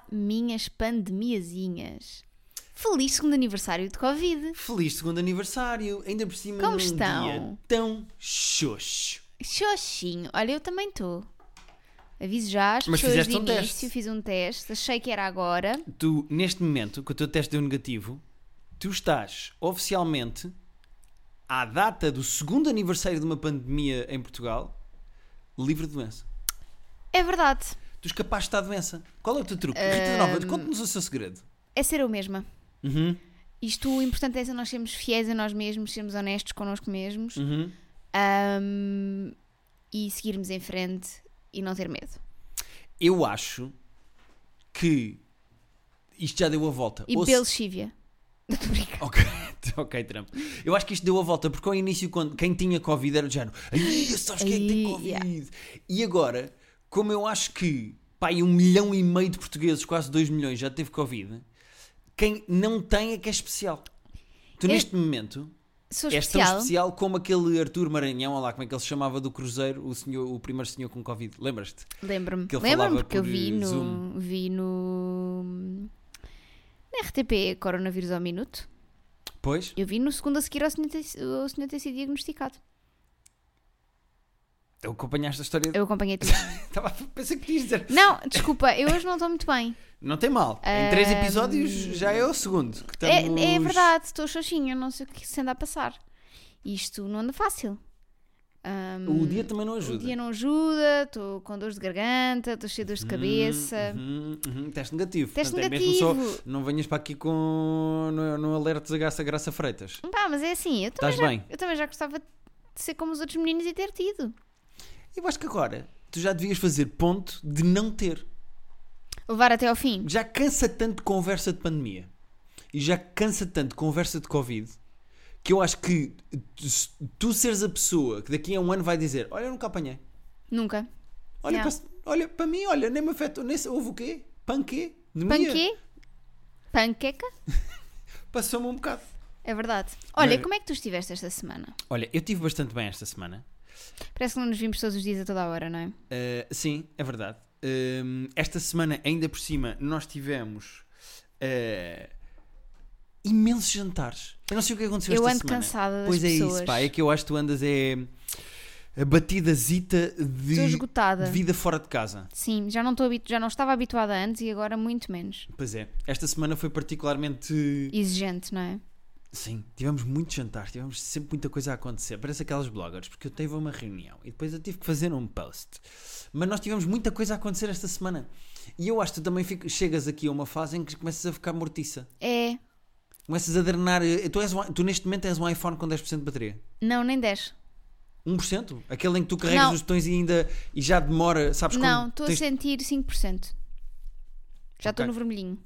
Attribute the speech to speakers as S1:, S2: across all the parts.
S1: pequenas pandemiazinhas. Feliz segundo aniversário de Covid.
S2: Feliz segundo aniversário, ainda por cima
S1: Como
S2: num
S1: estão?
S2: dia tão xoxo.
S1: Xoxinho. Olha, eu também estou. Aviso já as
S2: Mas
S1: pessoas de
S2: fizeste um
S1: início,
S2: teste.
S1: fiz um teste, achei que era agora.
S2: Tu, neste momento, que o teu teste deu negativo, tu estás oficialmente à data do segundo aniversário de uma pandemia em Portugal, livre de doença.
S1: É verdade,
S2: Tu escapaste da doença. Qual é o teu truque? Rita Nova,
S1: Hum.
S2: conta-nos o seu segredo.
S1: é ser eu mesma.
S2: Uhum,
S1: Isto, o importante é ser nós sermos fiéis a nós mesmos, sermos honestos connosco mesmos
S2: uhum.
S1: ahm, e seguirmos em frente e não ter medo.
S2: Eu acho que isto já deu a volta.
S1: E
S2: Ou se-
S1: pela lexívia. Estou a brincar.
S2: Ok, ok, Trump. Eu acho que isto deu a volta, porque ao início, quando, quem tinha Covid era o género. Ai, sabes quem é que tem
S1: Ai,
S2: Covid? E agora, como eu acho que, pai, um milhão e meio de portugueses, quase dois milhões, já teve Covid, quem não tem é que é especial. Tu,
S1: Eu-
S2: neste momento,
S1: Sou
S2: és tão
S1: É especial.
S2: especial como aquele Arthur Maranhão, olha lá como é que ele se chamava do Cruzeiro, o, senhor, o primeiro senhor com Covid. Lembras-te?
S1: Lembro-me.
S2: que ele
S1: Lembro-me
S2: falava
S1: porque eu
S2: por,
S1: vi
S2: eh,
S1: no,
S2: Zoom.
S1: vi no. Na RTP Coronavírus ao Minuto.
S2: Pois?
S1: Eu vi no segundo a seguir ao senhor ter, o senhor ter sido diagnosticado.
S2: Eu acompanhaste a história.
S1: Eu acompanhei tudo.
S2: Estava a pensar que tinhas de dizer.
S1: não, desculpa, eu hoje não estou muito bem.
S2: Não tem mal. Em três
S1: Ahm,
S2: episódios já é o segundo. que
S1: É, é
S2: estamos-
S1: verdade, estou xoxinha, não sei o que se anda a passar. Isto não anda fácil. Ahm,
S2: O dia também não
S1: Hum, o
S2: ajuda.
S1: dia não ajuda, estou com dores de garganta, estou cheia de dores de cabeça.
S2: Uhum, uhum, teste negativo.
S1: Teste
S2: Portanto, É mesmo
S1: negativo.
S2: só, não venhas para aqui com. no, no alerta de graça, graça Freitas.
S1: Pá, mas é assim, eu também,
S2: Estás
S1: já,
S2: bem?
S1: eu também já gostava de ser como os outros meninos e ter tido.
S2: Eu acho que agora tu já devias fazer ponto de não ter.
S1: Levar até ao fim.
S2: Já cansa tanto conversa de pandemia e já cansa tanto conversa de Covid que eu acho que tu, se tu seres a pessoa que daqui a um ano vai dizer: Olha, eu nunca apanhei.
S1: Nunca.
S2: Olha,
S1: Yeah.
S2: para, olha para mim, olha, nem me afetou. Nem, se- houve o quê? Panquê? Pneumonia?
S1: Panquê? Panqueca?
S2: Passou-me um bocado.
S1: É verdade. Olha,
S2: Mas-
S1: como é que tu estiveste esta semana?
S2: Olha, eu estive bastante bem esta semana.
S1: Parece que não nos vimos todos os dias a toda a hora, não é?
S2: Uh, sim, é verdade. Um, esta semana, ainda por cima, nós tivemos uh, imensos jantares. Eu não sei o que aconteceu
S1: Eu
S2: esta
S1: ando
S2: semana.
S1: cansada das
S2: pois é
S1: pessoas.
S2: isso, pá. É que eu acho que tu andas é a batidazita de,
S1: Estou esgotada.
S2: de vida fora de casa.
S1: Sim, já não, estou habitu- já não estava habituada antes e agora muito menos.
S2: Pois é, esta semana foi particularmente.
S1: Exigente, não é?
S2: Sim, tivemos muitos jantares, tivemos sempre muita coisa a acontecer. Parece aquelas bloggers, porque eu tive uma reunião e depois eu tive que fazer um post. Mas nós tivemos muita coisa a acontecer esta semana. E eu acho que tu também fico- chegas aqui a uma fase em que começas a ficar mortiça.
S1: É.
S2: Começas a drenar. eh, Tu, és um i- tu neste momento tens um iPhone com 10% de bateria.
S1: Não, nem 10.
S2: 1%? Aquele em que tu carregas
S1: Não.
S2: os botões e ainda e já demora, sabes
S1: não,
S2: quando
S1: estou
S2: tens-
S1: a sentir 5%. Já estou no
S2: Ok.
S1: vermelhinho.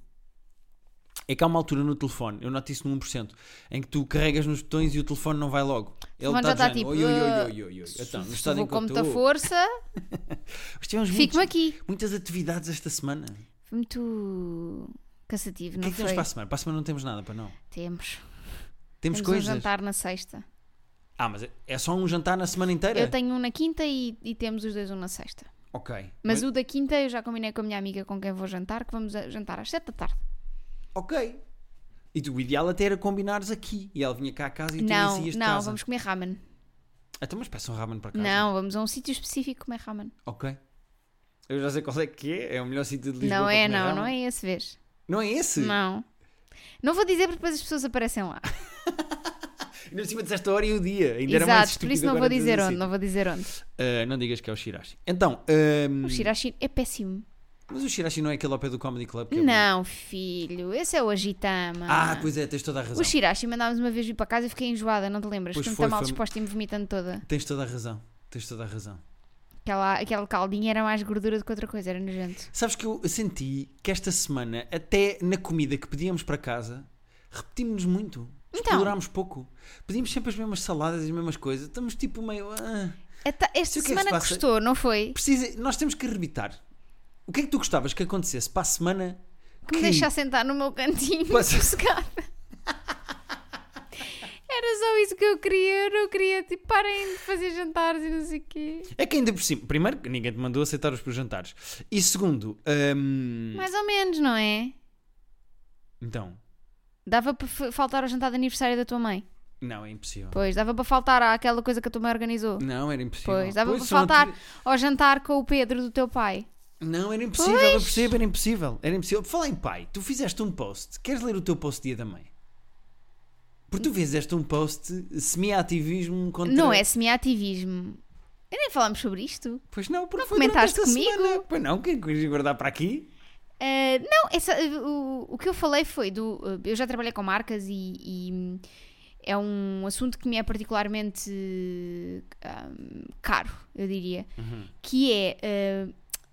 S2: É que há uma altura no telefone, eu noto isso no 1%, em que tu carregas nos botões e o telefone não vai logo. Ele
S1: Mas já
S2: está
S1: está
S2: dizendo,
S1: tipo.
S2: oi, oi,
S1: "Ah,
S2: oi, oi, oi, oi. Então, no
S1: se vou tá
S2: estado em que eu
S1: com muita
S2: estou."
S1: força,
S2: Mas tivemos muitos-
S1: fico-me aqui.
S2: Muitas atividades esta semana.
S1: Foi muito cansativo,
S2: O que
S1: não
S2: é que temos
S1: foi?
S2: para a semana? Para a semana não temos nada, para não.
S1: Temos.
S2: Temos,
S1: Temos um
S2: coisas.
S1: jantar na sexta.
S2: Ah, mas é- é só um jantar na semana inteira?
S1: Eu tenho um na quinta e, e temos os dois um na sexta.
S2: Ok.
S1: Mas o da quinta eu já combinei com a minha amiga com quem vou jantar, que vamos a- jantar às 7 da tarde.
S2: Ok. E tu- o ideal até era combinares aqui. E ela vinha cá a casa e tu
S1: não,
S2: ias de
S1: não,
S2: casa.
S1: vamos comer ramen.
S2: Então, mas peça um ramen para casa.
S1: Não, vamos a um sítio específico comer ramen.
S2: Ok. Eu já sei qual é que é. É o melhor sítio de Lisboa
S1: não
S2: para
S1: é,
S2: comer
S1: não,
S2: ramen.
S1: não é esse, vês?
S2: Não é esse?
S1: Não. Não vou dizer porque depois as pessoas aparecem lá.
S2: Ainda por cima disseste a hora e o dia. Ainda era
S1: Exato,
S2: mais
S1: por
S2: estúpido
S1: isso não vou
S2: agora
S1: dizer
S2: dizeres
S1: onde,
S2: assim.
S1: não vou dizer onde.
S2: Ah, não digas que é o Shirashi. Então, ahm,
S1: O Shirashi é péssimo.
S2: mas o Shirashi não é aquele ao pé do Comedy Club? Que é bom?
S1: não, filho, esse é o Agitama.
S2: Ah, pois é, tens toda a razão.
S1: O Shirashi mandámos uma vez vir para casa e fiquei enjoada, não te lembras?
S2: Pois
S1: Porque
S2: foi,
S1: está mal
S2: foi-
S1: disposta e me vomitando toda.
S2: Tens toda a razão. Tens toda a razão.
S1: Aquela, aquele caldinho era mais gordura do que outra coisa, era nojento.
S2: Sabes que eu senti que esta semana, até na comida que pedíamos para casa, repetimos-nos muito.
S1: Então.
S2: Explorámos pouco. Pedimos sempre as mesmas saladas e as mesmas coisas. Estamos tipo meio. ah,
S1: Esta, esta
S2: Sei o que é que se
S1: semana
S2: passa.
S1: gostou, não foi?
S2: precisa, nós temos que arrebitar. O que é que tu gostavas que acontecesse para a semana?
S1: Que me deixar sentar no meu cantinho
S2: Passa-
S1: sossegada. Era só isso que eu queria, eu não queria, tipo, parem de fazer jantares e não sei o quê.
S2: É que ainda por cima, primeiro, ninguém te mandou aceitar os jantares. E segundo, hum,
S1: Mais ou menos, não é?
S2: Então,
S1: Dava para f- faltar ao jantar de aniversário da tua mãe.
S2: não, é impossível.
S1: Pois, dava para faltar àquela coisa que a tua mãe organizou.
S2: Não, era impossível.
S1: Pois, dava para
S2: são
S1: faltar
S2: outros-
S1: ao jantar com o Pedro do teu pai.
S2: Não, era impossível, eu percebo, era impossível. Era impossível. Fala em pai, tu fizeste um post. Queres ler o teu post dia da mãe? Porque tu fizeste um post semi-ativismo contra...
S1: Não é semi-ativismo. E nem falámos sobre isto.
S2: Pois não, porque
S1: Não
S2: foi durante
S1: comentaste
S2: esta
S1: comigo?
S2: semana. Pois não, quem quis guardar para aqui?
S1: Ah, não, essa- o, o que eu falei foi do. eh, Eu já trabalhei com marcas e, e é um assunto que me é particularmente ah, caro, eu diria. Que é. ah,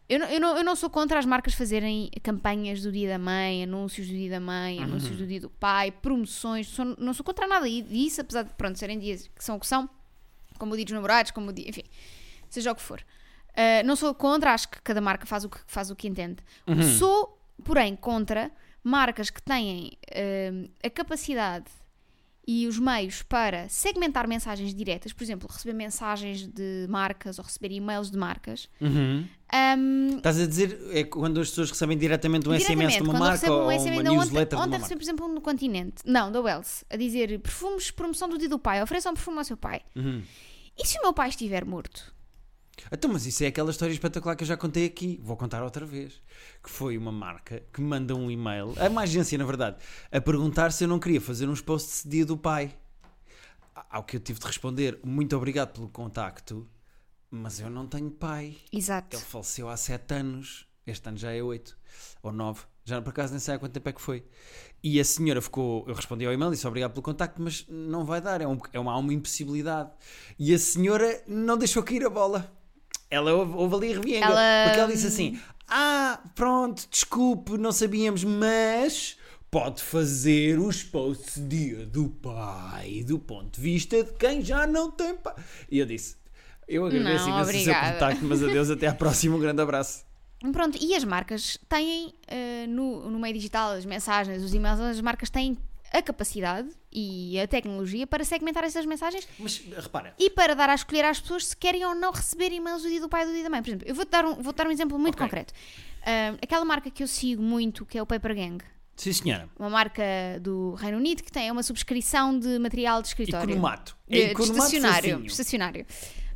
S1: eu, não, eu, não, eu não sou contra as marcas fazerem campanhas do dia da mãe, anúncios do dia da mãe, anúncios do dia do pai, promoções. sou- não sou contra nada disso, apesar de pronto, serem dias que são o que são, como o dia dos namorados, como o dia. Enfim, seja o que for. Uh, não sou contra, acho que cada marca faz o que, faz o que entende.
S2: Uhum.
S1: Sou, porém, contra marcas que têm um, a capacidade e os meios para segmentar mensagens diretas, por exemplo, receber mensagens de marcas ou receber e-mails de marcas. Um,
S2: Estás a dizer, é quando as pessoas recebem diretamente um SMS de
S1: Diretamente,
S2: uma
S1: quando
S2: marca
S1: recebo
S2: ou
S1: um
S2: uma
S1: SMS, ainda
S2: newsletter
S1: ontem,
S2: de uma
S1: ontem
S2: marca?
S1: recebi, por exemplo, um do Continente, não, da Wells, a dizer perfumes, promoção do dia do pai, ofereçam perfume ao seu pai.
S2: Uhum.
S1: E se o meu pai estiver morto?
S2: Então, mas isso é aquela história espetacular que eu já contei aqui. Vou contar outra vez. Que foi uma marca que me manda um e-mail, a uma agência, na verdade, a perguntar se eu não queria fazer uns posts de dia do pai. Ao que eu tive de responder, muito obrigado pelo contacto, mas eu não tenho pai.
S1: Exato.
S2: Ele faleceu há 7 anos. Este ano já é 8 ou 9. Já por acaso nem sei há quanto tempo é que foi. E a senhora ficou. Eu respondi ao e-mail e disse obrigado pelo contacto, mas não vai dar. É, um, é uma, há uma impossibilidade. E a senhora não deixou cair a bola. Ela houve, houve ali revienga.
S1: Ela-
S2: Porque ela disse assim: Ah, pronto, desculpe, não sabíamos, mas. Pode fazer os posts dia do pai, do ponto de vista de quem já não tem pai. E eu disse: Eu agradeço
S1: Não,
S2: imenso o seu
S1: obrigada.
S2: contacto. Mas adeus, até à próxima. Um grande abraço.
S1: Pronto, e as marcas têm eh, no, no meio digital, as mensagens, os e-mails, as marcas têm a capacidade e a tecnologia para segmentar essas mensagens
S2: Mas repara,
S1: e para dar a escolher às pessoas se querem ou não receber e-mails do dia do pai e do dia da mãe. Por exemplo, eu vou-te dar um, vou dar um exemplo muito
S2: Ok.
S1: concreto. Ah, aquela marca que eu sigo muito, que é o Paper Gang,
S2: sim senhora,
S1: uma marca do Reino Unido que tem é uma subscrição de material de escritório.
S2: economato.
S1: De-
S2: É
S1: de
S2: economato
S1: estacionário.
S2: fofinho.
S1: estacionário.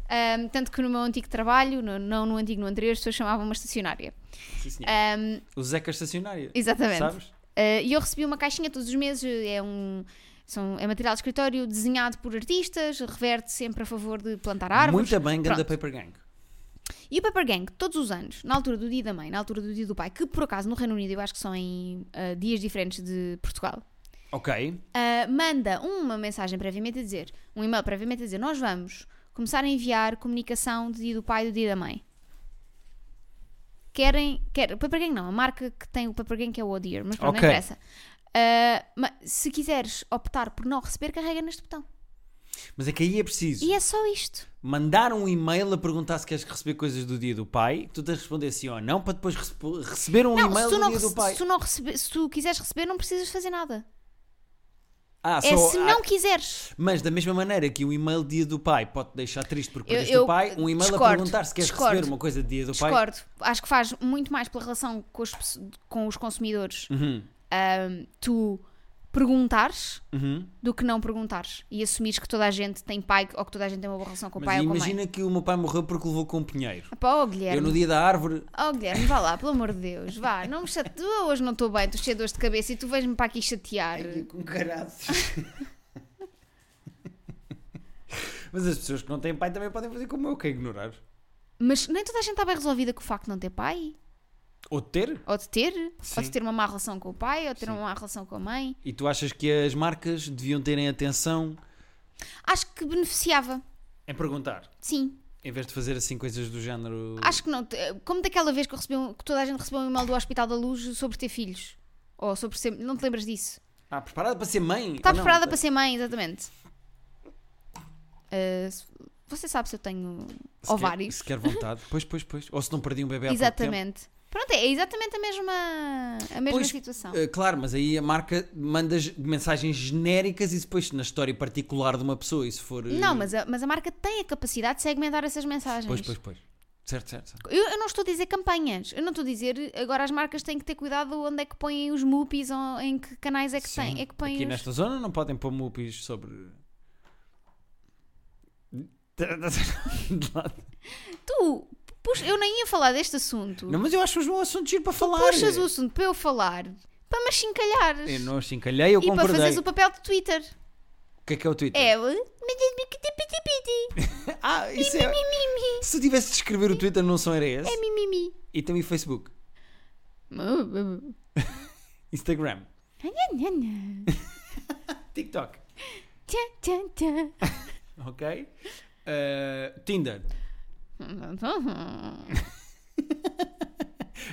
S1: Ahm, tanto que no meu antigo trabalho, no- não no antigo, no anterior, as pessoas chamavam uma estacionária.
S2: Sim, senhora.
S1: Ahm,
S2: O Zeca é estacionário.
S1: exatamente.
S2: Sabes?
S1: Ah, E eu recebi uma caixinha todos os meses, é um. São, é material de escritório desenhado por artistas, reverte sempre a favor de plantar árvores.
S2: Muito bem, ganda
S1: Pronto.
S2: Paper Gang.
S1: E o Paper Gang, todos os anos, na altura do dia da mãe, na altura do dia do pai, que por acaso no Reino Unido eu acho que são em ah, dias diferentes de Portugal,
S2: Ok.
S1: ah, manda uma mensagem previamente a dizer, um e-mail previamente a dizer, nós vamos começar a enviar comunicação do dia do pai e do dia da mãe. Querem, quer, o Paper Gang não, a marca que tem o Paper Gang que é o Odear, mas pronto,
S2: Ok.
S1: não interessa. Ah, mas se quiseres optar por não receber, carrega neste botão.
S2: Mas é que aí é preciso
S1: E é só isto.
S2: mandar um e-mail a perguntar se queres receber coisas do dia do pai. Tu tens de responder sim ou não para depois respo- receber um
S1: Não,
S2: e-mail
S1: se tu,
S2: do
S1: não
S2: dia do
S1: rece-
S2: pai.
S1: se tu não receber, se tu quiseres receber, não precisas fazer nada.
S2: Ah,
S1: É
S2: só-
S1: se
S2: ah,
S1: não quiseres.
S2: Mas da mesma maneira que o e-mail dia do pai pode te deixar triste porque
S1: Eu-
S2: perdeste
S1: eu
S2: o pai, um e-mail a
S1: discordo,
S2: perguntar se queres
S1: discordo.
S2: receber uma coisa de dia do pai.
S1: Discordo. Acho que faz muito mais pela relação com os, pesso- com os consumidores
S2: Uhum,
S1: ahm, tu perguntares
S2: uhum.
S1: do que não perguntares e assumires que toda a gente tem pai ou que toda a gente tem uma boa relação com o pai é
S2: Mas
S1: ou com a mãe.
S2: imagina que o meu pai morreu porque levou com um pinheiro.
S1: Ah Pá, oh,
S2: Eu
S1: Guilherme.
S2: no dia da árvore.
S1: Oh Guilherme, vá lá, pelo amor de Deus, vá, não me chateia, hoje não estou bem, estou cheia de dores de cabeça e tu vens-me para aqui chatear.
S2: Com caraças. Mas as pessoas que não têm pai também podem fazer como eu, que é ignorar.
S1: Mas nem toda a gente está bem resolvida com o facto de não ter pai,
S2: Ou de ter.
S1: ou de ter,
S2: Sim.
S1: ou de ter uma má relação com o pai, ou de ter uma má relação com a mãe.
S2: E tu achas que as marcas deviam terem atenção
S1: Acho que beneficiava,
S2: em perguntar,
S1: sim,
S2: em vez de fazer assim coisas do género.
S1: Acho que não. Te- eh, Como daquela vez que, eu recebi um- que toda a gente recebeu um e-mail do Hospital da Luz sobre ter filhos. Ou sobre ser. Não te lembras disso?
S2: Ah, preparada para ser
S1: Está
S2: mãe? Ou não?
S1: Tá
S2: eh,
S1: preparada para ser mãe, exatamente. Ah, se- você sabe se eu tenho
S2: Se quer-
S1: ovários.
S2: Se quer vontade. Pois, pois, pois. Ou se não perdi um bebê há é pouco
S1: exatamente. Pronto, é exatamente a mesma, a mesma
S2: Pois,
S1: situação.
S2: tempo. Eh, Claro, mas aí a marca manda ge- mensagens genéricas e depois na história particular de uma pessoa, e se for. eh,
S1: Não, mas a, mas a marca tem a capacidade de segmentar essas mensagens.
S2: Pois, pois, pois. Certo, certo.
S1: Eu, eu não estou a dizer campanhas, eu não estou a dizer agora as marcas têm que ter cuidado onde é que põem os mupis ou em que canais é que têm, é que põem
S2: Aqui
S1: os...
S2: nesta zona não podem pôr mupis sobre. De lado.
S1: Tu, puxa, eu nem ia falar deste assunto.
S2: não, mas eu acho que um assunto giro para falar.
S1: Puxas o assunto para eu falar, para me chincalhares.
S2: Eu não os encalhei, eu
S1: e para
S2: concordei.
S1: fazeres o papel de Twitter.
S2: O que é que é o Twitter?
S1: É, mas é
S2: Ah, isso é...
S1: mimimi,
S2: Se eu tivesse de escrever o Twitter, não som era esse.
S1: é mimimi. é
S2: E também o Facebook, Instagram, TikTok,
S1: Tchan, tchan, tchan.
S2: ok? Eh, Tinder.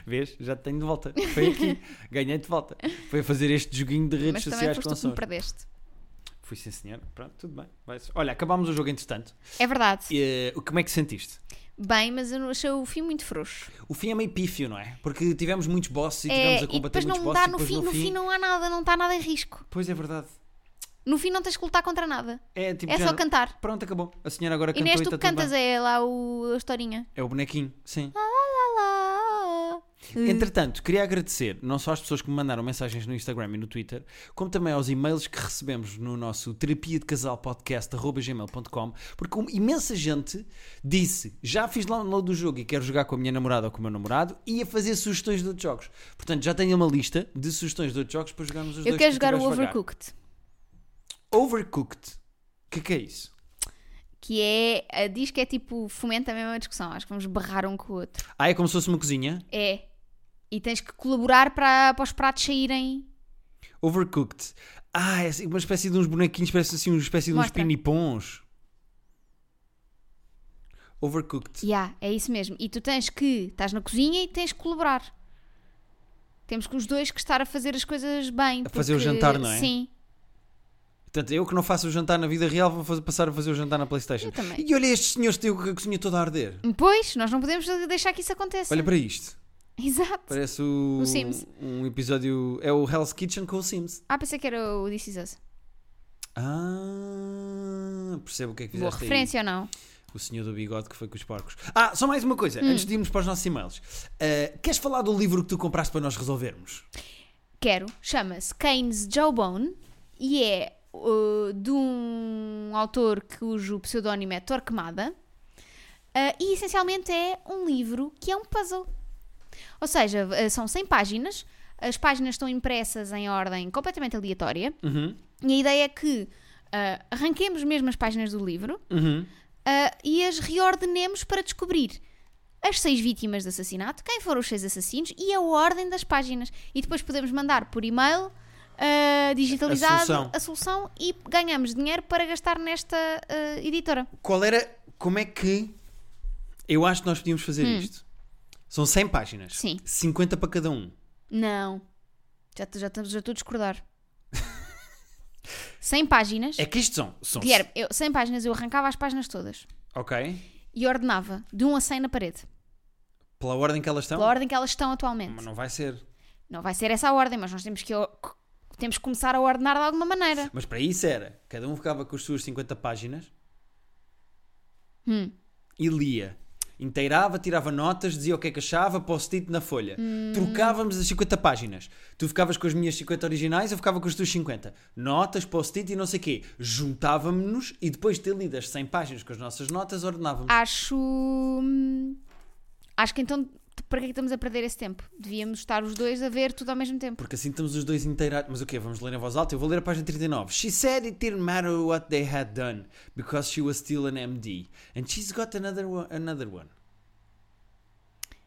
S2: Vês? Já te tenho de volta. Foi aqui. Ganhei de volta. Foi a fazer este joguinho de redes
S1: Mas também
S2: sociais
S1: foste um
S2: com
S1: tu que me
S2: sons.
S1: perdeste.
S2: Fui sim, senhor. Pronto, tudo bem. Vai-se. Olha, acabámos o jogo entretanto.
S1: É verdade.
S2: Eh, o- como é que sentiste?
S1: Bem, mas eu não- achei o fim muito frouxo.
S2: O fim é meio pífio, não é? Porque tivemos muitos bosses e
S1: É,
S2: tivemos a
S1: e
S2: combater
S1: depois não
S2: muitos
S1: dá
S2: bosses. e
S1: no
S2: depois
S1: fim, no fim não há nada, não está nada em risco.
S2: Pois é verdade.
S1: No fim não tens que lutar contra nada.
S2: É tipo.
S1: É
S2: já
S1: só
S2: não-
S1: cantar.
S2: Pronto, acabou. A senhora agora
S1: E
S2: cantou
S1: neste
S2: e
S1: tu que
S2: está tudo
S1: cantas
S2: bem.
S1: é lá o, a historinha.
S2: É o bonequinho, sim.
S1: Lá, lá.
S2: Entretanto, queria agradecer não só às pessoas que me mandaram mensagens no Instagram e no Twitter, como também aos e-mails que recebemos no nosso terapia de casal podcast gmail.com, porque um- imensa gente disse já fiz download do jogo e quero jogar com a minha namorada ou com o meu namorado e a fazer sugestões de outros jogos. Portanto, já tenho uma lista de sugestões de outros jogos para jogarmos os dois.
S1: Eu quero
S2: que
S1: jogar o
S2: tiveres vagar.
S1: Overcooked,
S2: Overcooked. O que, que é isso?
S1: que é. a- Diz que é tipo. Fomenta a mesma discussão. Acho que vamos berrar um com o outro.
S2: Ah, é como se fosse uma cozinha?
S1: É. E tens que colaborar para, para os pratos saírem.
S2: Overcooked. Ah, é assim, uma espécie de uns bonequinhos, parece assim uma espécie de uns
S1: Mostra.
S2: pinipons. Overcooked.
S1: Yeah, é isso mesmo. E tu tens que. Estás na cozinha e tens que colaborar. Temos que os dois que estar a fazer as coisas bem.
S2: A fazer o
S1: porque-
S2: jantar, não é?
S1: Sim.
S2: Portanto, eu que não faço o jantar na vida real, vou fazer- passar a fazer o jantar na Playstation.
S1: Eu também.
S2: E olha estes senhores que têm a cozinha toda a arder.
S1: Pois, nós não podemos deixar que isso aconteça.
S2: Olha para isto.
S1: Exato.
S2: Parece o,
S1: O Sims.
S2: um episódio... É o Hell's Kitchen com o Sims.
S1: Ah, pensei que era o This Is Us.
S2: Ah, percebo o que é que
S1: Boa
S2: fizeste aí.
S1: referência ou não?
S2: O senhor do bigode que foi com os porcos. Ah, só mais uma coisa,
S1: Hum.
S2: antes de irmos para os nossos e-mails. Ah, queres falar do livro que tu compraste para nós resolvermos?
S1: Quero. Chama-se Keynes Jawbone e é uh, de um autor cujo pseudónimo é Torquemada. Uh, e essencialmente é um livro que é um puzzle. Ou seja, v- são 100 páginas, as páginas estão impressas em ordem completamente aleatória
S2: Uhum,
S1: e a ideia é que uh, arranquemos mesmo as páginas do livro
S2: uhum.
S1: Uh, e as reordenemos para descobrir as seis vítimas de assassinato, quem foram os seis assassinos e a ordem das páginas. E depois podemos mandar por e-mail uh, digitalizado
S2: A solução.
S1: a solução e ganhamos dinheiro para gastar nesta uh, editora.
S2: Qual era. Como é que. Eu acho que nós podíamos fazer isto. São 100 páginas.
S1: Hum. Sim.
S2: 50 para cada um.
S1: Não. Já, já, estamos- já estou a discordar. 100 páginas.
S2: É que isto são. são
S1: Guilherme, eu, 100 páginas, eu arrancava as páginas todas
S2: Ok.
S1: e ordenava de 1 a 100 na parede,
S2: Pela ordem que elas estão.
S1: pela ordem que elas estão atualmente.
S2: Mas não vai ser.
S1: Não vai ser essa a ordem, mas nós temos que, temos que começar a ordenar de alguma maneira.
S2: Mas para isso era. Cada um ficava com as suas 50 páginas. E lia. Inteirava, tirava notas, dizia o que é que achava, post-it na folha. Trocávamos as 50 páginas. Tu ficavas com as minhas 50 originais, eu ficava com as tuas 50. Notas, post-it e não sei o quê. Juntávamos-nos e depois de ter lido as 100 páginas com as nossas notas, ordenávamos.
S1: Acho. hum, Acho que então. Para que é que estamos a perder esse tempo? Devíamos estar os dois a ver tudo ao mesmo tempo.
S2: Porque assim estamos os dois inteirados. Mas o quê? Vamos ler em voz alta? Eu vou ler a página 39. She said it didn't matter what they had done because she was still an MD. And she's got another one. Another one.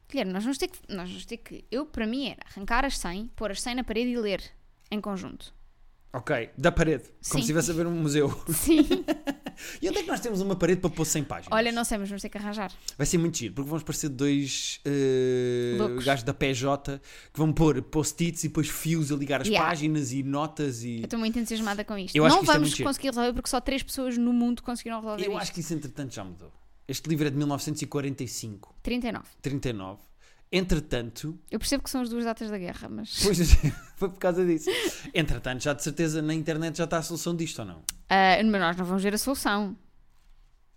S1: Guilherme, nós vamos ter que. Nós vamos ter que eu, para mim, era arrancar as 100, pôr as 100 na parede e ler em conjunto.
S2: Ok, da parede.
S1: Sim.
S2: Como se estivesse a ver um museu.
S1: Sim.
S2: E onde é que nós temos uma parede para pôr 100 páginas?
S1: Olha, não sei, mas vamos ter que arranjar.
S2: Vai ser muito giro, porque vamos parecer dois eh,
S1: Loucos.
S2: gajos da PJ que vão pôr post-its e depois fios a ligar as
S1: Yeah.
S2: páginas e notas e.
S1: Eu estou muito entusiasmada com isto.
S2: Eu acho
S1: não
S2: que isto é
S1: vamos
S2: muito giro.
S1: conseguir resolver porque só três pessoas no mundo conseguiram resolver
S2: Eu
S1: isto.
S2: acho que isso entretanto já mudou. Este livro é de 1945,
S1: 39.
S2: 39. Entretanto,
S1: Eu percebo que são as duas datas da guerra, mas.
S2: Pois, foi por causa disso. Entretanto, já de certeza na internet já está a solução disto ou não?
S1: Ah, mas nós não vamos ver a solução.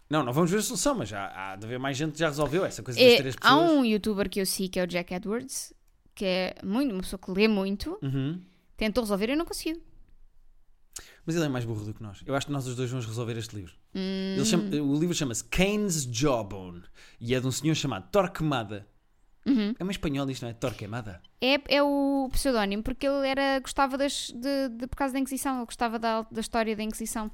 S2: Não, não vamos ver a solução, mas já há de haver mais gente que já resolveu essa coisa das
S1: É,
S2: três
S1: há
S2: pessoas.
S1: um youtuber que eu sigo que é o Jack Edwards, que é muito, uma pessoa que lê muito,
S2: Uhum.
S1: tentou resolver e eu não consigo.
S2: Mas ele é mais burro do que nós. Eu acho que nós os dois vamos resolver este livro.
S1: Hum.
S2: Ele chama- o livro chama-se Cain's Jawbone e é de um senhor chamado Torquemada.
S1: Uhum.
S2: É um espanhol isto, não é? Torquemada.
S1: É, é o pseudónimo, porque ele era, gostava das, de, de- por causa da Inquisição, ele gostava da, da história da Inquisição.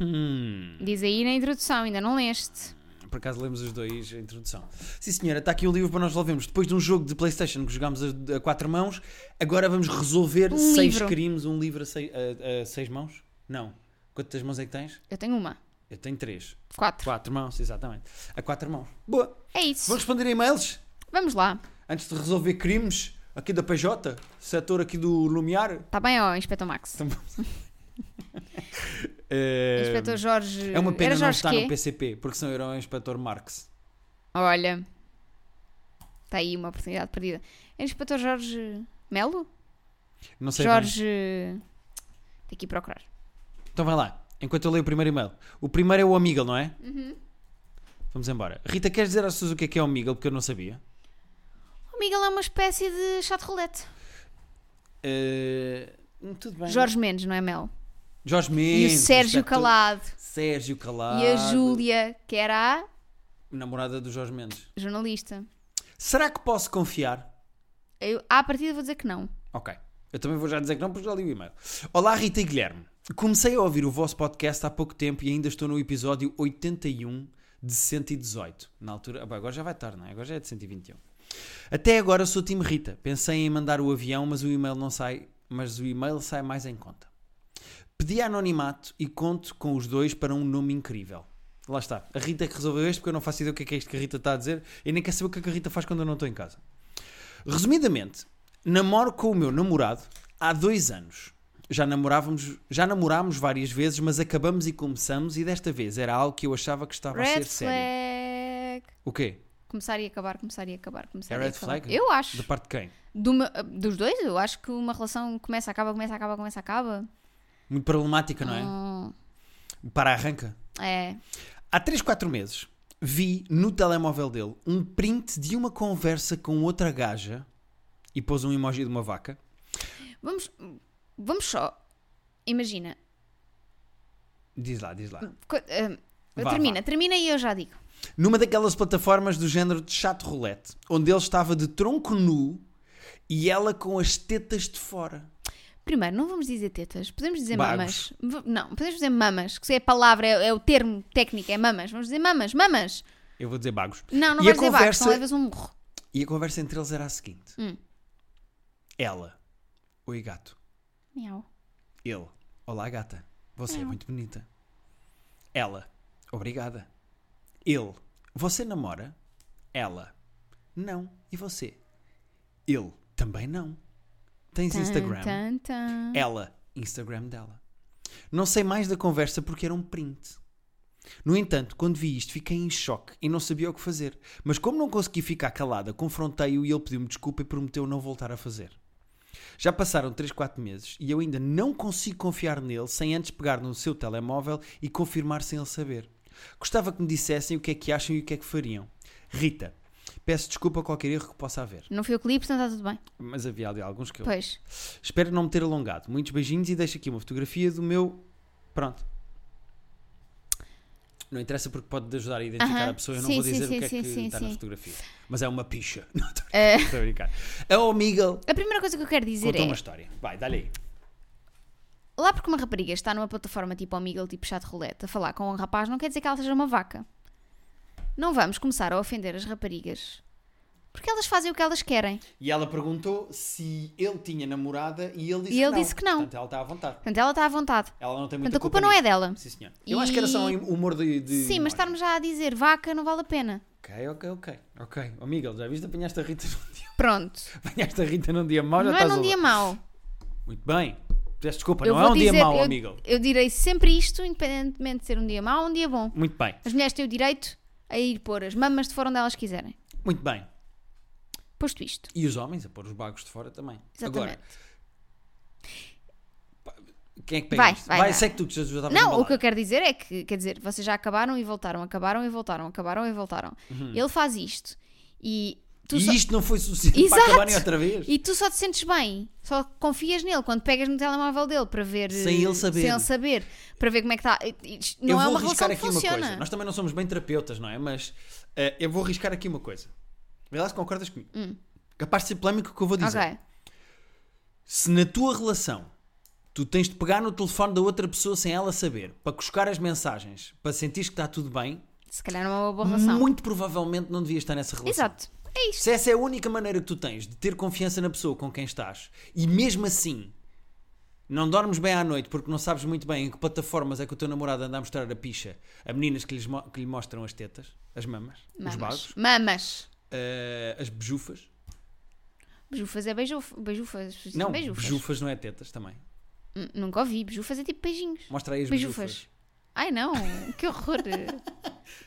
S2: Hum.
S1: Diz aí na introdução, ainda não leste.
S2: Por acaso lemos os dois a introdução. Sim, senhora, está aqui o livro para nós resolvermos. Depois de um jogo de Playstation que jogámos a, a quatro mãos, agora vamos resolver
S1: Um
S2: seis
S1: livro.
S2: crimes, um livro a sei- a- a seis mãos? Não. Quantas mãos é que tens?
S1: Eu tenho uma.
S2: Eu tenho três.
S1: Quatro.
S2: Quatro mãos, exatamente. A quatro mãos. Boa.
S1: É isso.
S2: Vão responder a e-mails?
S1: Vamos lá.
S2: Antes de resolver crimes aqui da PJ, setor aqui do Lumiar.
S1: Está Tá bem, ó, Inspetor Max.
S2: É,
S1: Inspetor Jorge.
S2: é uma pena
S1: era
S2: não
S1: Jorge
S2: estar
S1: quê?
S2: no PCP, porque senão era o inspetor Marx.
S1: Olha. Está aí uma oportunidade perdida. Era Inspetor Jorge Melo?
S2: Não sei bem.
S1: Jorge. Tem que ir procurar.
S2: Então vai lá, enquanto eu leio o primeiro e-mail. O primeiro é o Amigal, não é?
S1: Uhum.
S2: Vamos embora. Rita, queres dizer às pessoas o que é que é o Amigal? Porque eu não sabia.
S1: O Miguel é uma espécie de chá de roulette.
S2: Eh, tudo bem.
S1: Jorge Mendes, não é Mel?
S2: Jorge
S1: E o
S2: Mendes,
S1: Sérgio
S2: inspetor-
S1: Calado.
S2: Sérgio Calado.
S1: E a Júlia, que era a
S2: Namorada do Jorge Mendes.
S1: jornalista.
S2: Será que posso confiar?
S1: Eu, à partida vou dizer que não.
S2: Ok. Eu também vou já dizer que não, porque já li o e-mail. Olá, Rita e Guilherme. Comecei a ouvir o vosso podcast há pouco tempo e ainda estou no episódio 81 de 118. Na altura. ah, pá, Agora já vai tarde, não é? Agora já é de 121. Até agora sou time Rita. Pensei em mandar o avião, mas o e-mail não sai. Mas o e-mail sai mais em conta. Pedi anonimato e conto com os dois para um nome incrível. Lá está. A Rita que resolveu este, porque eu não faço ideia o que é, que é isto que a Rita está a dizer. E nem quero saber o que é que a Rita faz quando eu não estou em casa. Resumidamente, namoro com o meu namorado há dois anos. Já namorávamos, já namorámos várias vezes, mas acabamos e começamos, e desta vez era algo que eu achava que estava a
S1: Red
S2: Ah, ser sério.
S1: flag.
S2: O quê?
S1: Começar e acabar, começar e acabar, começar
S2: É
S1: e
S2: red
S1: acabar.
S2: flag?
S1: Eu
S2: Da
S1: acho.
S2: parte de quem?
S1: Do meu- dos dois, eu acho que uma relação começa, acaba, começa, acaba, começa, acaba.
S2: Muito problemática, não é?
S1: Hum,
S2: Para arranca.
S1: é.
S2: Há 3, 4 meses, vi no telemóvel dele um print de uma conversa com outra gaja e pôs um emoji de uma vaca.
S1: Vamos, vamos só. Imagina.
S2: Diz lá, diz lá.
S1: co- hum,
S2: Vá,
S1: termina, termina e eu já digo.
S2: numa daquelas plataformas do género de chato roulette, onde ele estava de tronco nu e ela com as tetas de fora.
S1: Primeiro, não vamos dizer tetas, podemos dizer
S2: Bagos.
S1: mamas. V- Não, podemos dizer mamas, que se é a palavra, é, é o termo técnico, é mamas. Vamos dizer mamas, mamas.
S2: Eu vou dizer bagos.
S1: Não, não
S2: E
S1: vais
S2: a
S1: dizer bagos,
S2: conversa-
S1: não levas um burro.
S2: E a conversa entre eles era a seguinte: Ela, oi gato.
S1: Miau.
S2: Ele, olá gata, você é muito bonita. Ela, obrigada. Ele, você namora? Ela, não. E você? Ele, também não. Tens Instagram?
S1: Tan, tan.
S2: Ela, Instagram dela. Não sei mais da conversa porque era um print. No entanto, quando vi isto, fiquei em choque e não sabia o que fazer. Mas como não consegui ficar calada, confrontei-o e ele pediu-me desculpa e prometeu não voltar a fazer. Já passaram 3, 4 meses e eu ainda não consigo confiar nele sem antes pegar no seu telemóvel e confirmar sem ele saber. Gostava que me dissessem o que é que acham e o que é que fariam. Rita, peço desculpa a qualquer erro que possa haver.
S1: Não foi o clipe, portanto está tudo bem.
S2: Mas havia ali alguns que eu
S1: Pois.
S2: Espero não me ter alongado. Muitos beijinhos e deixo aqui uma fotografia do meu. Pronto. Não interessa porque pode ajudar a identificar
S1: Aham.
S2: a pessoa. Eu não
S1: Sim,
S2: vou
S1: sim,
S2: dizer
S1: sim,
S2: o que é
S1: sim,
S2: que
S1: sim,
S2: está na
S1: sim.
S2: fotografia. Mas é uma picha. Não estou
S1: É.
S2: a brincar. É o Miguel.
S1: A primeira coisa que eu quero dizer
S2: Contou
S1: é,
S2: uma história. Vai, dá-lhe aí.
S1: lá porque uma rapariga está numa plataforma tipo Omegle, tipo chat roulette, a falar com um rapaz, não quer dizer que ela seja uma vaca. Não vamos começar a ofender as raparigas, porque elas fazem o que elas querem.
S2: E ela perguntou se ele tinha namorada e ele disse,
S1: E ele
S2: que, não.
S1: disse que não.
S2: Portanto, ela está à vontade.
S1: Portanto, ela está à vontade.
S2: Ela não tem muita
S1: Portanto, a culpa não é dela.
S2: Sim, senhor. Eu acho que era só
S1: E-
S2: um humor de. de
S1: Sim, mas
S2: emoji.
S1: estarmos já a dizer vaca não vale a pena.
S2: Ok, ok, ok. Ok. Ó Miguel, já viste? Apanhaste a Rita num dia,
S1: Pronto.
S2: apanhaste a Rita num dia mau, já
S1: não é
S2: estás
S1: num
S2: a
S1: dia mau.
S2: Muito bem. Peço desculpa,
S1: Eu
S2: não é
S1: vou
S2: um dia
S1: dizer-
S2: mau,
S1: eu,
S2: amigo.
S1: Eu direi sempre isto, independentemente de ser um dia mau ou um dia bom.
S2: Muito bem,
S1: As mulheres têm o direito a ir pôr as mamas de fora onde elas quiserem.
S2: muito bem.
S1: Posto isto.
S2: E os homens a pôr os bagos de fora também.
S1: Exatamente.
S2: Agora, Quem é que pega
S1: Vai,
S2: isto?
S1: vai, vai.
S2: sei que tu que já estavas
S1: Não, o que
S2: embalada.
S1: eu quero dizer é que, quer dizer, vocês já acabaram e voltaram, acabaram e voltaram, acabaram e voltaram. Ele faz isto e tu,
S2: E
S1: só,
S2: Uhum. isto não foi suficiente
S1: Exato.
S2: para acabarem outra vez?
S1: e tu só te sentes bem, só confias nele quando pegas no telemóvel dele para ver.
S2: Sem ele
S1: eh,
S2: saber.
S1: Sem ele saber, para ver como é que está. Isto Não
S2: eu
S1: é
S2: vou
S1: uma relação
S2: arriscar
S1: que
S2: aqui uma
S1: funciona.
S2: coisa. Nós também não somos bem terapeutas, não é? Mas eh, eu vou arriscar aqui uma coisa. Vê lá se concordas comigo. Capaz de ser polémico o que eu vou dizer.
S1: Hum. Ok.
S2: Se na tua relação tu tens de pegar no telefone da outra pessoa sem ela saber, para buscar as mensagens, para sentir que está tudo bem,
S1: Se calhar não é uma boa relação.
S2: muito provavelmente não devias estar nessa relação.
S1: Exato. É isto.
S2: Se essa é a única maneira que tu tens de ter confiança na pessoa com quem estás e mesmo assim não dormes bem à noite porque não sabes muito bem em que plataformas é que o teu namorado anda a mostrar a picha a meninas que, lhes mo- que lhe mostram as tetas, as mamas, os bagos,
S1: Mamas. Mamas.
S2: eh, as bejufas.
S1: Beijufas é beijuf... beijufas. As pessoas dizem
S2: não,
S1: beijufas.
S2: bejufas não é tetas também.
S1: N- Nunca ouvi. Beijufas é tipo beijinhos.
S2: Mostra aí as
S1: Beijufas.
S2: bejufas.
S1: Ai não, que horror.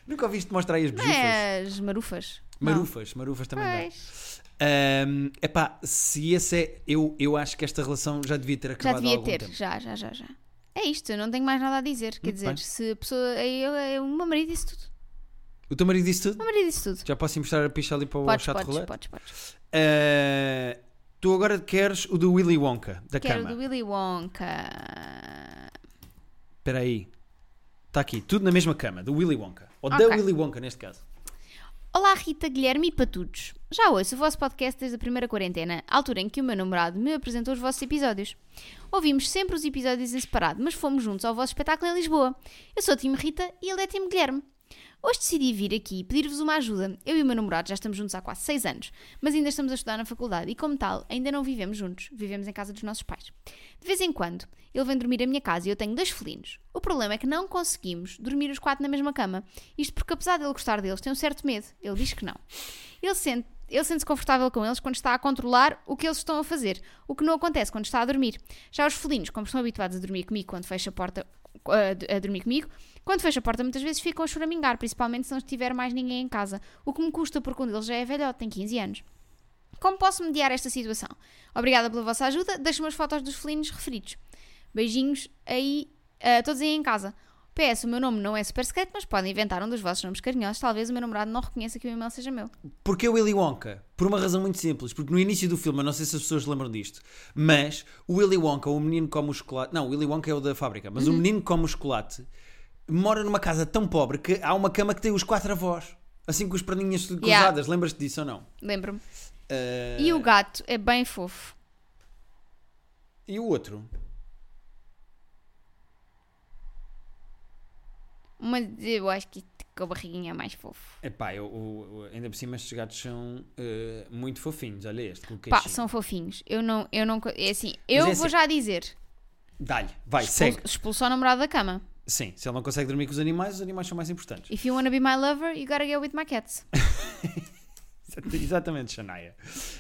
S2: Nunca ouviste mostrar aí as
S1: Não
S2: bejufas?
S1: é as marufas. Não.
S2: Marufas, marufas também dá.
S1: Pois.
S2: Ahm, epá, se esse é. Eu, eu acho que esta relação já devia ter
S1: Já
S2: acabado há
S1: devia
S2: algum
S1: ter,
S2: tempo.
S1: já, já, já, já. É isto, eu não tenho mais nada a dizer. Quer
S2: Muito
S1: dizer,
S2: bem.
S1: se a pessoa. Eu, eu, o meu marido disse tudo.
S2: O teu marido disse
S1: O
S2: tudo?
S1: meu marido disse tudo.
S2: Já posso ir mostrar a picha ali para o
S1: Podes,
S2: chat
S1: podes,
S2: rolê?
S1: podes, podes.
S2: Ah, tu agora queres o do Willy Wonka, da
S1: Quero
S2: cama.
S1: do Willy Wonka.
S2: Espera aí. Está aqui, tudo na mesma cama, do Willy Wonka. Ou da
S1: Ok.
S2: Willy Wonka, neste caso.
S1: Olá Rita, Guilherme e Patudos. Já ouço o vosso podcast desde a primeira quarentena, altura em que o meu namorado me apresentou os vossos episódios. Ouvimos sempre os episódios em separado, mas fomos juntos ao vosso espetáculo em Lisboa. Eu sou o time Rita e ele é time Guilherme. Hoje decidi vir aqui e pedir-vos uma ajuda. Eu e o meu namorado já estamos juntos há quase 6 anos, mas ainda estamos a estudar na faculdade e, como tal, ainda não vivemos juntos. Vivemos em casa dos nossos pais. De vez em quando, ele vem dormir à minha casa e eu tenho dois felinos. O problema é que não conseguimos dormir os quatro na mesma cama. Isto porque, apesar dele gostar deles, tem um certo medo. Ele diz que não. Ele sente. Ele sente-se confortável com eles quando está a controlar o que eles estão a fazer, o que não acontece quando está a dormir. Já os felinos, como estão habituados a dormir comigo quando fecha a porta, a, a dormir comigo, quando fecho a porta, muitas vezes ficam a choramingar, principalmente se não estiver mais ninguém em casa, o que me custa porque um deles já é velhote, tem 15 anos. Como posso mediar esta situação? Obrigada pela vossa ajuda, deixo-me as fotos dos felinos referidos. Beijinhos aí, a todos aí em casa. PS, o meu nome não é super secreto, mas podem inventar um dos vossos nomes carinhosos, talvez o meu namorado não reconheça que o e-mail seja meu.
S2: Porquê o Willy Wonka? Por uma razão muito simples, porque no início do filme, eu não sei se as pessoas lembram disto, mas o Willy Wonka, o menino que come o chocolate. Não, o Willy Wonka é o da fábrica, mas
S1: Uhum.
S2: o menino que come o chocolate mora numa casa tão pobre que há uma cama que tem os quatro avós, assim com as perninhas tudo
S1: Yeah.
S2: cruzadas. Lembras-te disso ou não?
S1: Lembro-me.
S2: Ah,
S1: E o gato é bem fofo.
S2: e o outro?
S1: Mas eu acho que este com a barriguinha é mais fofo.
S2: Epá, eu, eu- eu- ainda por cima estes gatos são eh, muito fofinhos, olha este, com o
S1: Pá,
S2: queixinho.
S1: são fofinhos. Eu não, eu não, co- é assim, eu
S2: é
S1: vou
S2: assim-
S1: já dizer.
S2: Dá-lhe, vai,
S1: Expul-
S2: segue.
S1: Expulsou o namorado da cama.
S2: Sim, se ele não consegue dormir com os animais, os animais são mais importantes.
S1: If you wanna be my lover, you gotta go with my cats.
S2: Exatamente, Shania.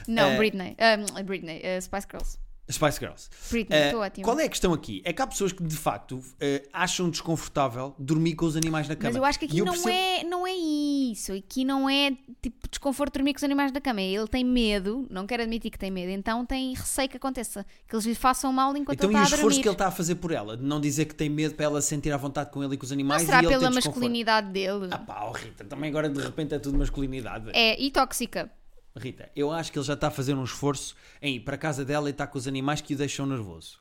S1: Não,
S2: Eh,
S1: Britney. Ah, Britney, eh, Spice Girls.
S2: Spice Girls.
S1: Britney,
S2: Eh,
S1: estou ótima.
S2: qual é a questão aqui? É que há pessoas que de facto eh, acham desconfortável dormir com os animais na cama.
S1: Mas eu acho que
S2: E
S1: aqui não,
S2: percebo-
S1: é, não é isso. Aqui não é tipo desconforto de dormir com os animais da cama. Ele tem medo, não quer admitir que tem medo, então tem receio que aconteça. Que eles lhe façam mal enquanto
S2: Então,
S1: ele
S2: e o
S1: está a
S2: esforço
S1: dormir.
S2: que ele está a fazer por ela? De não dizer que tem medo para ela se sentir à vontade com ele e com os animais
S1: Será
S2: e ele ter
S1: pela
S2: desconforto.
S1: masculinidade dele?
S2: Ah pá, oh Rita, também agora de repente é tudo masculinidade.
S1: É, e tóxica.
S2: Rita, eu acho que ele já está a fazer um esforço em ir para a casa dela e estar com os animais que o deixam nervoso.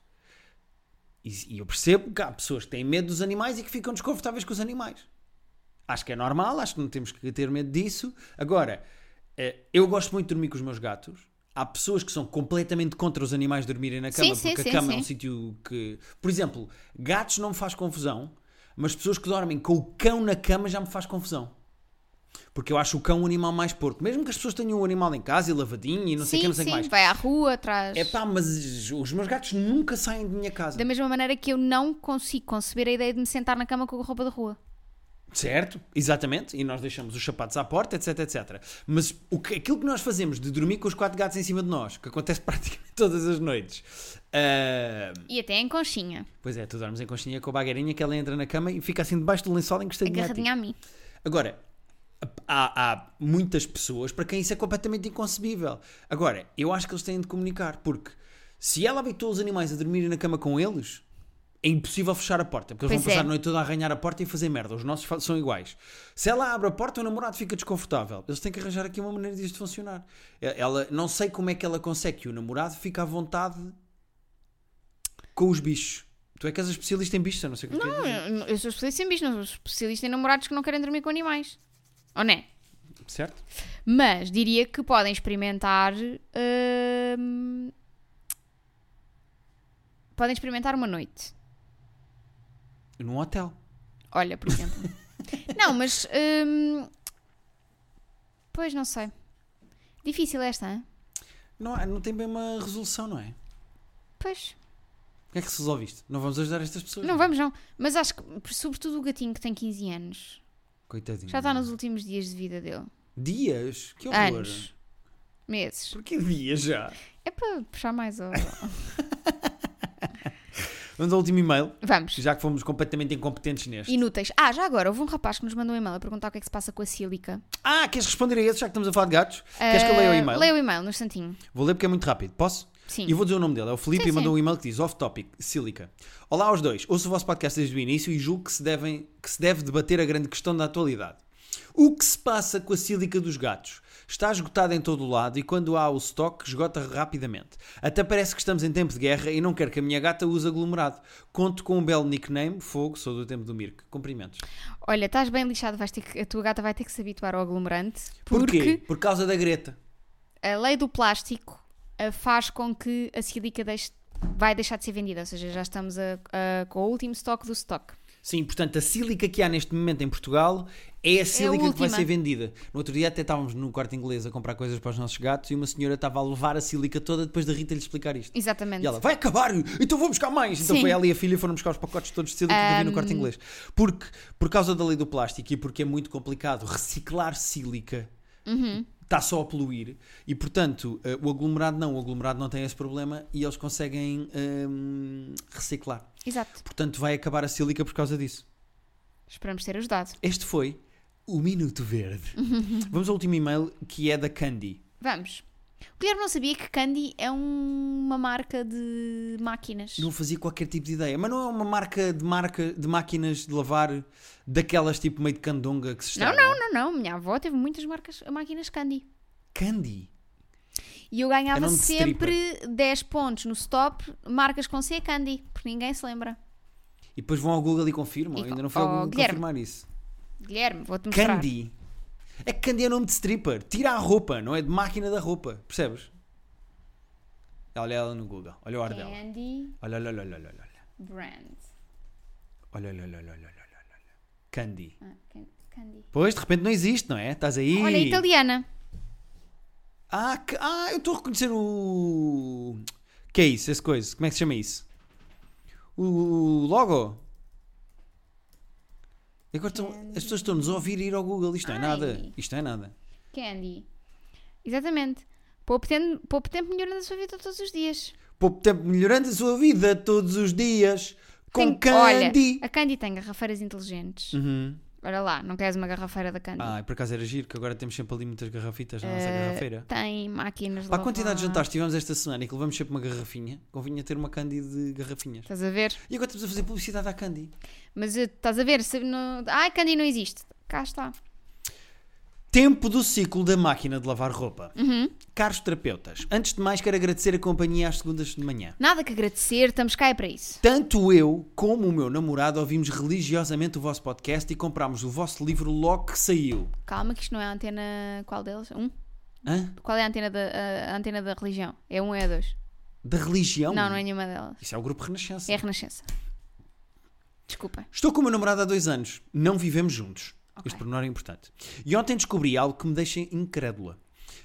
S2: E, e eu percebo que há pessoas que têm medo dos animais e que ficam desconfortáveis com os animais. Acho que é normal, acho que não temos que ter medo disso. Agora, eh, eu gosto muito de dormir com os meus gatos. Há pessoas que são completamente contra os animais dormirem na
S1: Sim,
S2: cama,
S1: sim,
S2: porque
S1: sim,
S2: a cama é
S1: sim.
S2: um sítio que. Por exemplo, gatos não me faz confusão, mas pessoas que dormem com o cão na cama já me faz confusão. Porque eu acho o cão um animal mais porco. Mesmo que as pessoas tenham o animal em casa e lavadinho e não sei o que,
S1: sim,
S2: não sei o que
S1: sim,
S2: assim mais.
S1: vai à rua, traz.
S2: É pá, mas os meus gatos nunca saem de minha casa.
S1: Da mesma maneira que eu não consigo conceber a ideia de me sentar na cama com a roupa da rua.
S2: Certo, exatamente. E nós deixamos os sapatos à porta, etc, etc. Mas o que, aquilo que nós fazemos de dormir com os quatro gatos em cima de nós, que acontece praticamente todas as noites. ah,
S1: E até em conchinha.
S2: pois é, tu dormes em conchinha com a bagueirinha que ela entra na cama e fica assim debaixo do lençol encostadinha a ti.
S1: Agarradinha a mim.
S2: Agora, há, há muitas pessoas para quem isso é completamente inconcebível. Agora, eu acho que eles têm de comunicar, porque se ela habituou os animais a dormirem na cama com eles, é impossível fechar a porta, porque
S1: Pois
S2: eles vão passar
S1: é.
S2: a noite toda a arranhar a porta e fazer merda. Os nossos fa- são iguais. Se ela abre a porta, o namorado fica desconfortável. Eles têm que arranjar aqui uma maneira disto funcionar. E- Ela, não sei como é que ela consegue que o namorado fica à vontade com os bichos. Tu é que és a especialista em bichos, eu não sei o que tu queres dizer.
S1: Ah, Eu sou especialista em bichos, não sou especialista em namorados que não querem dormir com animais. Ou não é?
S2: Certo?
S1: Mas diria que podem experimentar. hum, podem experimentar uma noite.
S2: Num hotel.
S1: Olha, por exemplo. não, mas. hum, pois não sei. Difícil esta, hã?
S2: Não, há- não tem bem uma resolução, não é?
S1: Pois.
S2: Como é que se resolve isto? Não vamos ajudar estas pessoas?
S1: Não vamos, não. Mas acho que, sobretudo, o gatinho que tem 15 anos.
S2: Coitadinho.
S1: Já está nos últimos dias de vida dele.
S2: Dias? Que horror.
S1: Anos. Meses.
S2: Porquê dias já?
S1: É para puxar mais ao.
S2: Vamos ao último e-mail,
S1: Vamos.
S2: já que fomos completamente incompetentes neste.
S1: Inúteis. Ah, já agora, houve um rapaz que nos mandou um e-mail a perguntar o que é que se passa com a sílica.
S2: Ah, queres responder a esse, já que estamos a falar de gatos? Queres que eu leia o
S1: Ah,
S2: e-mail?
S1: Leia o e-mail, no instantinho.
S2: Vou ler porque é muito rápido, posso?
S1: Sim.
S2: E vou dizer o nome dele, é o Felipe
S1: Sim,
S2: e mandou
S1: sim.
S2: um e-mail que diz Off Topic, Sílica. Olá aos dois, ouço o vosso podcast desde o início e julgo que se, devem, que se deve debater a grande questão da atualidade. O que se passa com a sílica dos gatos? Está esgotada em todo o lado e quando há o estoque, esgota rapidamente. Até parece que estamos em tempo de guerra e não quero que a minha gata use aglomerado. Conto com um belo nickname, Fogo, sou do tempo do Mirk. Cumprimentos.
S1: Olha, estás bem lixado, vais ter que- a tua gata vai ter que se habituar ao aglomerante.
S2: Porquê?
S1: Porque
S2: Por causa da Greta.
S1: a lei do plástico ah, faz com que a sílica deixe- vai deixar de ser vendida. Ou seja, já estamos a- a- com o último estoque do estoque.
S2: Sim, portanto, a sílica que há neste momento em Portugal é a sílica que vai
S1: última.
S2: ser vendida. No outro dia até estávamos no quarto inglês a comprar coisas para os nossos gatos e uma senhora estava a levar a sílica toda depois da Rita lhe explicar isto.
S1: Exatamente.
S2: E ela, vai acabar, então vou buscar mais. Então
S1: Sim.
S2: foi ela e a filha foram buscar os pacotes todos de sílica que havia no quarto inglês. Porque, por causa da lei do plástico e porque é muito complicado reciclar sílica, está só a poluir. E, portanto, eh, o aglomerado não. O aglomerado não tem esse problema e eles conseguem hum, reciclar.
S1: Exato.
S2: Portanto, vai acabar a sílica por causa disso.
S1: Esperamos ter ajudado.
S2: Este foi o Minuto Verde. Vamos ao último e-mail que é da Candy.
S1: Vamos. O Guilherme não sabia que Candy é um- uma marca de máquinas.
S2: Não fazia qualquer tipo de ideia, mas não é uma marca de marca de máquinas de lavar daquelas tipo meio de candonga que se
S1: Não,
S2: estragam.
S1: não, não, não. Minha avó teve muitas marcas, máquinas Candy.
S2: Candy.
S1: E eu
S2: É
S1: ganhava
S2: nome de
S1: sempre 10 pontos no stop, marcas com C é Candy, porque ninguém se lembra.
S2: E depois vão ao Google e confirmam.
S1: E-
S2: Ainda não foi
S1: oh,
S2: ao Google
S1: Guilherme.
S2: confirmar isso.
S1: Guilherme, vou-te mostrar.
S2: Candy. É que Candy é nome de stripper. Tira a roupa, não é de máquina da roupa. Percebes? Olha ela no Google. Olha o ar
S1: é?
S2: dela.
S1: Candy
S2: Olha, olha, olha, olha, olha. olha.
S1: Brand.
S2: Olha, olha, olha, olha, olha, olha. olha. Candy.
S1: Ah, can- Candy.
S2: Pois, de repente não existe, não é? Estás aí.
S1: Olha, então italiana.
S2: Ah, que- ah, eu estou a reconhecer o. Que é isso? Esse coisa? Como é que se chama isso? O, o logo? E Agora estão- as pessoas estão-nos a ouvir ir ao Google. Isto não é
S1: Ai.
S2: nada. Isto não é nada.
S1: Candy. Exatamente. Poupe tempo, poupe tempo melhorando a sua vida todos os dias.
S2: Pouco tempo melhorando a sua vida todos os dias com
S1: Tem-
S2: Candy.
S1: Olha, a Candy tem garrafeiras inteligentes.
S2: Uhum.
S1: Olha lá, não queres uma garrafeira da Candy?
S2: Ah, por acaso era giro, que agora temos sempre ali muitas garrafitas na nossa
S1: Eh,
S2: é garrafeira.
S1: Tem máquinas de
S2: Pá, a quantidade de
S1: lavar.
S2: jantares que tivemos esta semana e que levamos sempre uma garrafinha, convinha ter uma Candy de garrafinhas.
S1: Estás a ver?
S2: E agora estamos a fazer publicidade à Candy.
S1: Mas eh, estás a ver? Se não... Ai, Candy não existe. Cá está.
S2: Tempo do ciclo da máquina de lavar roupa.
S1: Uhum.
S2: Caros terapeutas, antes de mais quero agradecer a companhia às segundas de manhã.
S1: Nada que agradecer, estamos cá é para isso.
S2: Tanto eu como o meu namorado ouvimos religiosamente o vosso podcast e comprámos o vosso livro logo que saiu.
S1: Calma, que isto não é a antena. Qual deles? Um?
S2: Hã?
S1: Qual é a antena da, a- a antena da religião? É um ou é dois?
S2: Da religião?
S1: Não, não é nenhuma delas.
S2: Isso é o grupo Renascença.
S1: É a Renascença. Desculpa.
S2: Estou com o meu namorado há dois anos. Não vivemos juntos.
S1: Ok.
S2: Este pormenor é importante. E ontem descobri algo que me deixa incrédula.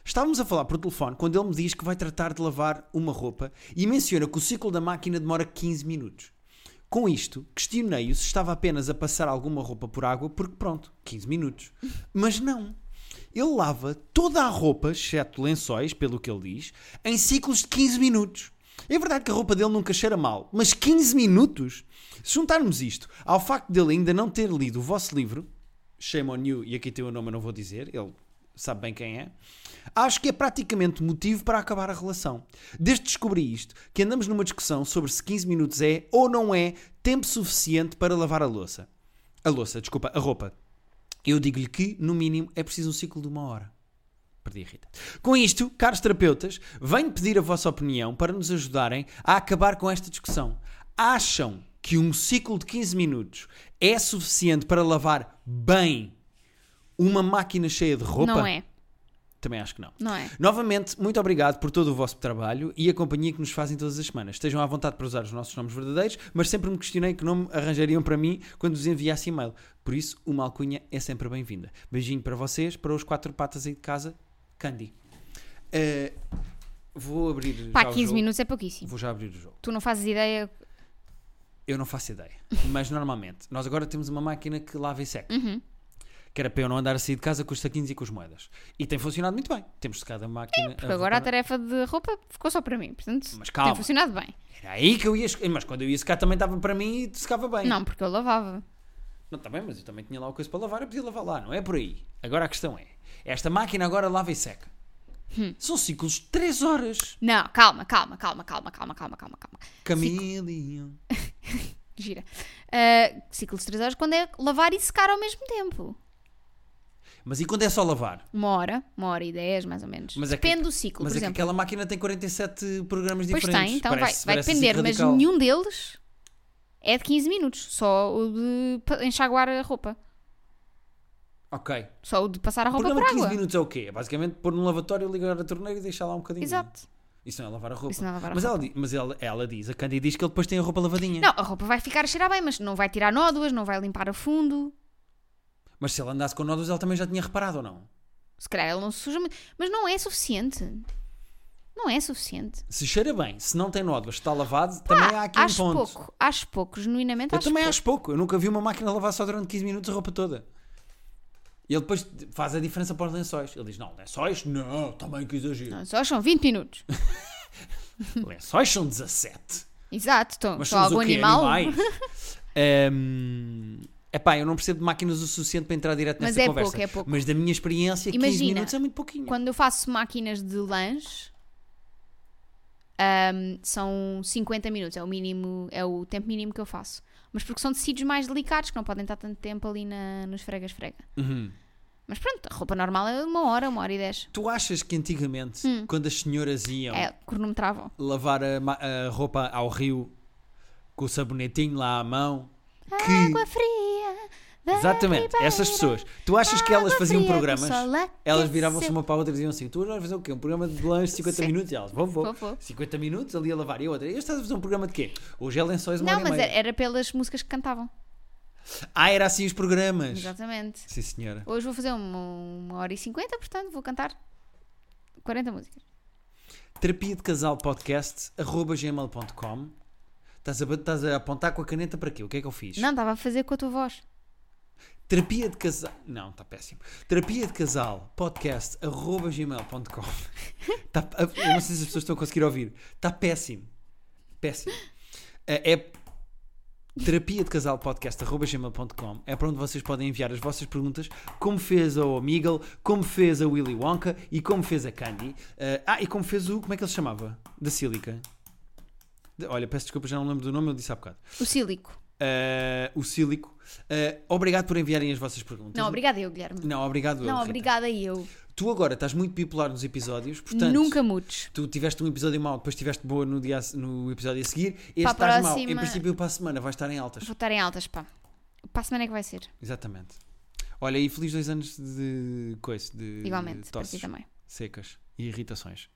S2: Estávamos a falar por telefone quando ele me diz que vai tratar de lavar uma roupa e menciona que o ciclo da máquina demora 15 minutos. Com isto, questionei-o se estava apenas a passar alguma roupa por água, porque pronto, 15 minutos. Mas não. Ele lava toda a roupa, exceto lençóis, pelo que ele diz, em ciclos de 15 minutos. É verdade que a roupa dele nunca cheira mal, mas 15 minutos? Se juntarmos isto ao facto dele ainda não ter lido o vosso livro, Shame on You, e aqui tem o nome, eu não vou dizer, ele sabe bem quem é, acho que é praticamente motivo para acabar a relação. Desde que descobri isto, que andamos numa discussão sobre se 15 minutos é ou não é tempo suficiente para lavar a louça. A louça, desculpa, a roupa. Eu digo-lhe que, no mínimo, é preciso um ciclo de uma hora. Perdi a Rita. Com isto, caros terapeutas, venho pedir a vossa opinião para nos ajudarem a acabar com esta discussão. Acham que um ciclo de 15 minutos é suficiente para lavar bem uma máquina cheia de roupa?
S1: Não é,
S2: Também acho que não.
S1: não é.
S2: Novamente, muito obrigado por todo o vosso trabalho e a companhia que nos fazem todas as semanas. Estejam à vontade para usar os nossos nomes verdadeiros, mas sempre me questionei que nome arranjariam para mim quando vos enviasse e-mail. Por isso, uma alcunha é sempre bem-vinda. Beijinho para vocês, para os quatro patas aí de casa, Candy. Eh, vou abrir já
S1: Pá,
S2: o
S1: 15
S2: jogo.
S1: minutos é pouquíssimo.
S2: Vou já abrir o jogo.
S1: Tu não fazes ideia.
S2: Eu não faço ideia, mas normalmente, nós agora temos uma máquina que lava e seca.
S1: Uhum.
S2: Que era para eu não andar a sair de casa com os saquinhos e com as moedas. E tem funcionado muito bem. Temos secado a máquina.
S1: É, Porque agora a
S2: roupa na-
S1: tarefa de roupa ficou só para mim, portanto
S2: Ah, Mas
S1: tem
S2: calma.
S1: funcionado bem.
S2: Era aí que eu ia. esco- Mas quando eu ia secar também estava para mim e secava bem.
S1: Não, porque eu lavava.
S2: Não, está bem, mas eu também tinha lá o coisa para lavar, eu podia lavar lá, não é por aí. Agora a questão é: esta máquina agora lava e seca.
S1: Hum.
S2: São ciclos de 3 horas.
S1: Não, calma, calma, calma, calma, calma, calma, calma, calma.
S2: Camilion.
S1: Gira. Ah, ciclo de 3 horas quando é lavar e secar ao mesmo tempo.
S2: Mas e quando é só lavar?
S1: Uma hora, uma hora e 10, mais ou menos.
S2: Mas é que-
S1: Depende do ciclo,
S2: mas
S1: por
S2: é
S1: exemplo.
S2: que aquela máquina tem 47 programas
S1: Pois
S2: diferentes.
S1: tem, então
S2: Parece-
S1: vai, vai
S2: parece
S1: depender,
S2: assim
S1: mas
S2: radical.
S1: nenhum deles é de 15 minutos. Só o de pa- enxaguar a roupa.
S2: Ok.
S1: Só o de passar a
S2: O
S1: roupa
S2: programa
S1: por
S2: de 15
S1: água.
S2: minutos é o quê? É basicamente pôr num lavatório, ligar a torneira e deixar lá um bocadinho.
S1: Exato.
S2: Isso não é lavar a roupa.
S1: Isso não é lavar a
S2: mas ela, di- mas ela, ela diz, a Candy diz que ele depois tem a roupa lavadinha.
S1: Não, a roupa vai ficar a cheirar bem, mas não vai tirar nódoas, não vai limpar a fundo.
S2: Mas se ela andasse com nódulos, ela também já tinha reparado ou não?
S1: Se calhar ela não se suja muito. Mas não é suficiente. Não é suficiente.
S2: Se cheira bem, se não tem nódulos, está lavado, também há aqui
S1: acho
S2: um ponto.
S1: pouco, acho pouco, genuinamente
S2: Eu
S1: acho
S2: também
S1: pouco.
S2: acho pouco. Eu nunca vi uma máquina lavar só durante 15 minutos a roupa toda. E ele depois faz a diferença para os lençóis. Ele diz: Não, lençóis? Não, também que exagero.
S1: Não, só são 20 minutos.
S2: Lençóis são 17.
S1: Exato, estão
S2: Mas
S1: estão
S2: somos
S1: algum
S2: o quê?
S1: animal.
S2: Animais? Hum, epá, eu não percebo de máquinas o suficiente para entrar direto
S1: Mas
S2: nesta
S1: é
S2: conversa.
S1: pouco, é pouco.
S2: Mas da minha experiência, 15
S1: Imagina,
S2: minutos é muito pouquinho.
S1: Quando eu faço máquinas de lanche, ahm, são 50 minutos, é o mínimo, é o tempo mínimo que eu faço. Mas porque são tecidos mais delicados, que não podem estar tanto tempo ali na, nos fregas-frega.
S2: Uhum.
S1: Mas pronto, a roupa normal é uma hora, uma hora e dez.
S2: Tu achas que antigamente, quando as senhoras iam
S1: Hum. É, cronometravam.
S2: lavar a, ma- a roupa ao rio com o sabonetinho lá à mão.
S1: Água
S2: Que,
S1: fria. da
S2: exatamente,
S1: ribeira,
S2: essas pessoas. Tu achas que elas
S1: água
S2: faziam
S1: fria do
S2: programas?
S1: sol
S2: Elas
S1: aquecer.
S2: viravam-se uma para a outra e diziam assim: Tu vais fazer o quê? Um programa de lanche de 50
S1: Sim.
S2: minutos? E elas: Vou, vou.
S1: Vou, vou.
S2: 50 minutos ali a lavar. E a outra: "E Estás a fazer um programa de quê? Hoje é lençóis uma
S1: Não,
S2: hora e
S1: mas é-
S2: meia."
S1: era, era pelas músicas que cantavam.
S2: Ah, era assim os programas.
S1: Exatamente.
S2: Sim, senhora.
S1: Hoje vou fazer uma, uma hora e cinquenta, portanto vou cantar 40 músicas.
S2: Terapia de casal podcast, arroba gmail.com. Estás a, estás a apontar com a caneta para quê? O que é que eu fiz?
S1: Não, estava a fazer com a tua voz.
S2: Terapia de casal. Não, está péssimo. Terapia de casal, podcast, arroba gmail.com. Tá, eu não sei se as pessoas estão a conseguir ouvir. Está péssimo. Péssimo. É. é terapia de casal podcast arroba gmail.com é para onde vocês podem enviar as vossas perguntas como fez a Omegle como fez a Willy Wonka e como fez a Candy Eh, ah e como fez o como é que ele se chamava da Sílica De- olha peço desculpa já não lembro do nome eu disse há bocado
S1: O sílico.
S2: Eh, o Sílico Eh, obrigado por enviarem as vossas perguntas
S1: Não, obrigada eu, Guilherme.
S2: não, obrigado. eu,
S1: Não,
S2: Rita.
S1: obrigada eu.
S2: Tu agora estás muito bipolar nos episódios, portanto.
S1: Nunca mudes.
S2: Tu tiveste um episódio mau, depois tiveste boa no, dia, a se- no episódio a seguir. Este
S1: Para a
S2: estás mau. Em
S1: próxima-
S2: princípio, para a semana vais estar em altas.
S1: Vou estar em altas, pá. Para a semana é que vai ser.
S2: Exatamente. Olha, e feliz dois anos de coisa, de
S1: Igualmente, para ti
S2: tosses
S1: também.
S2: secas e irritações.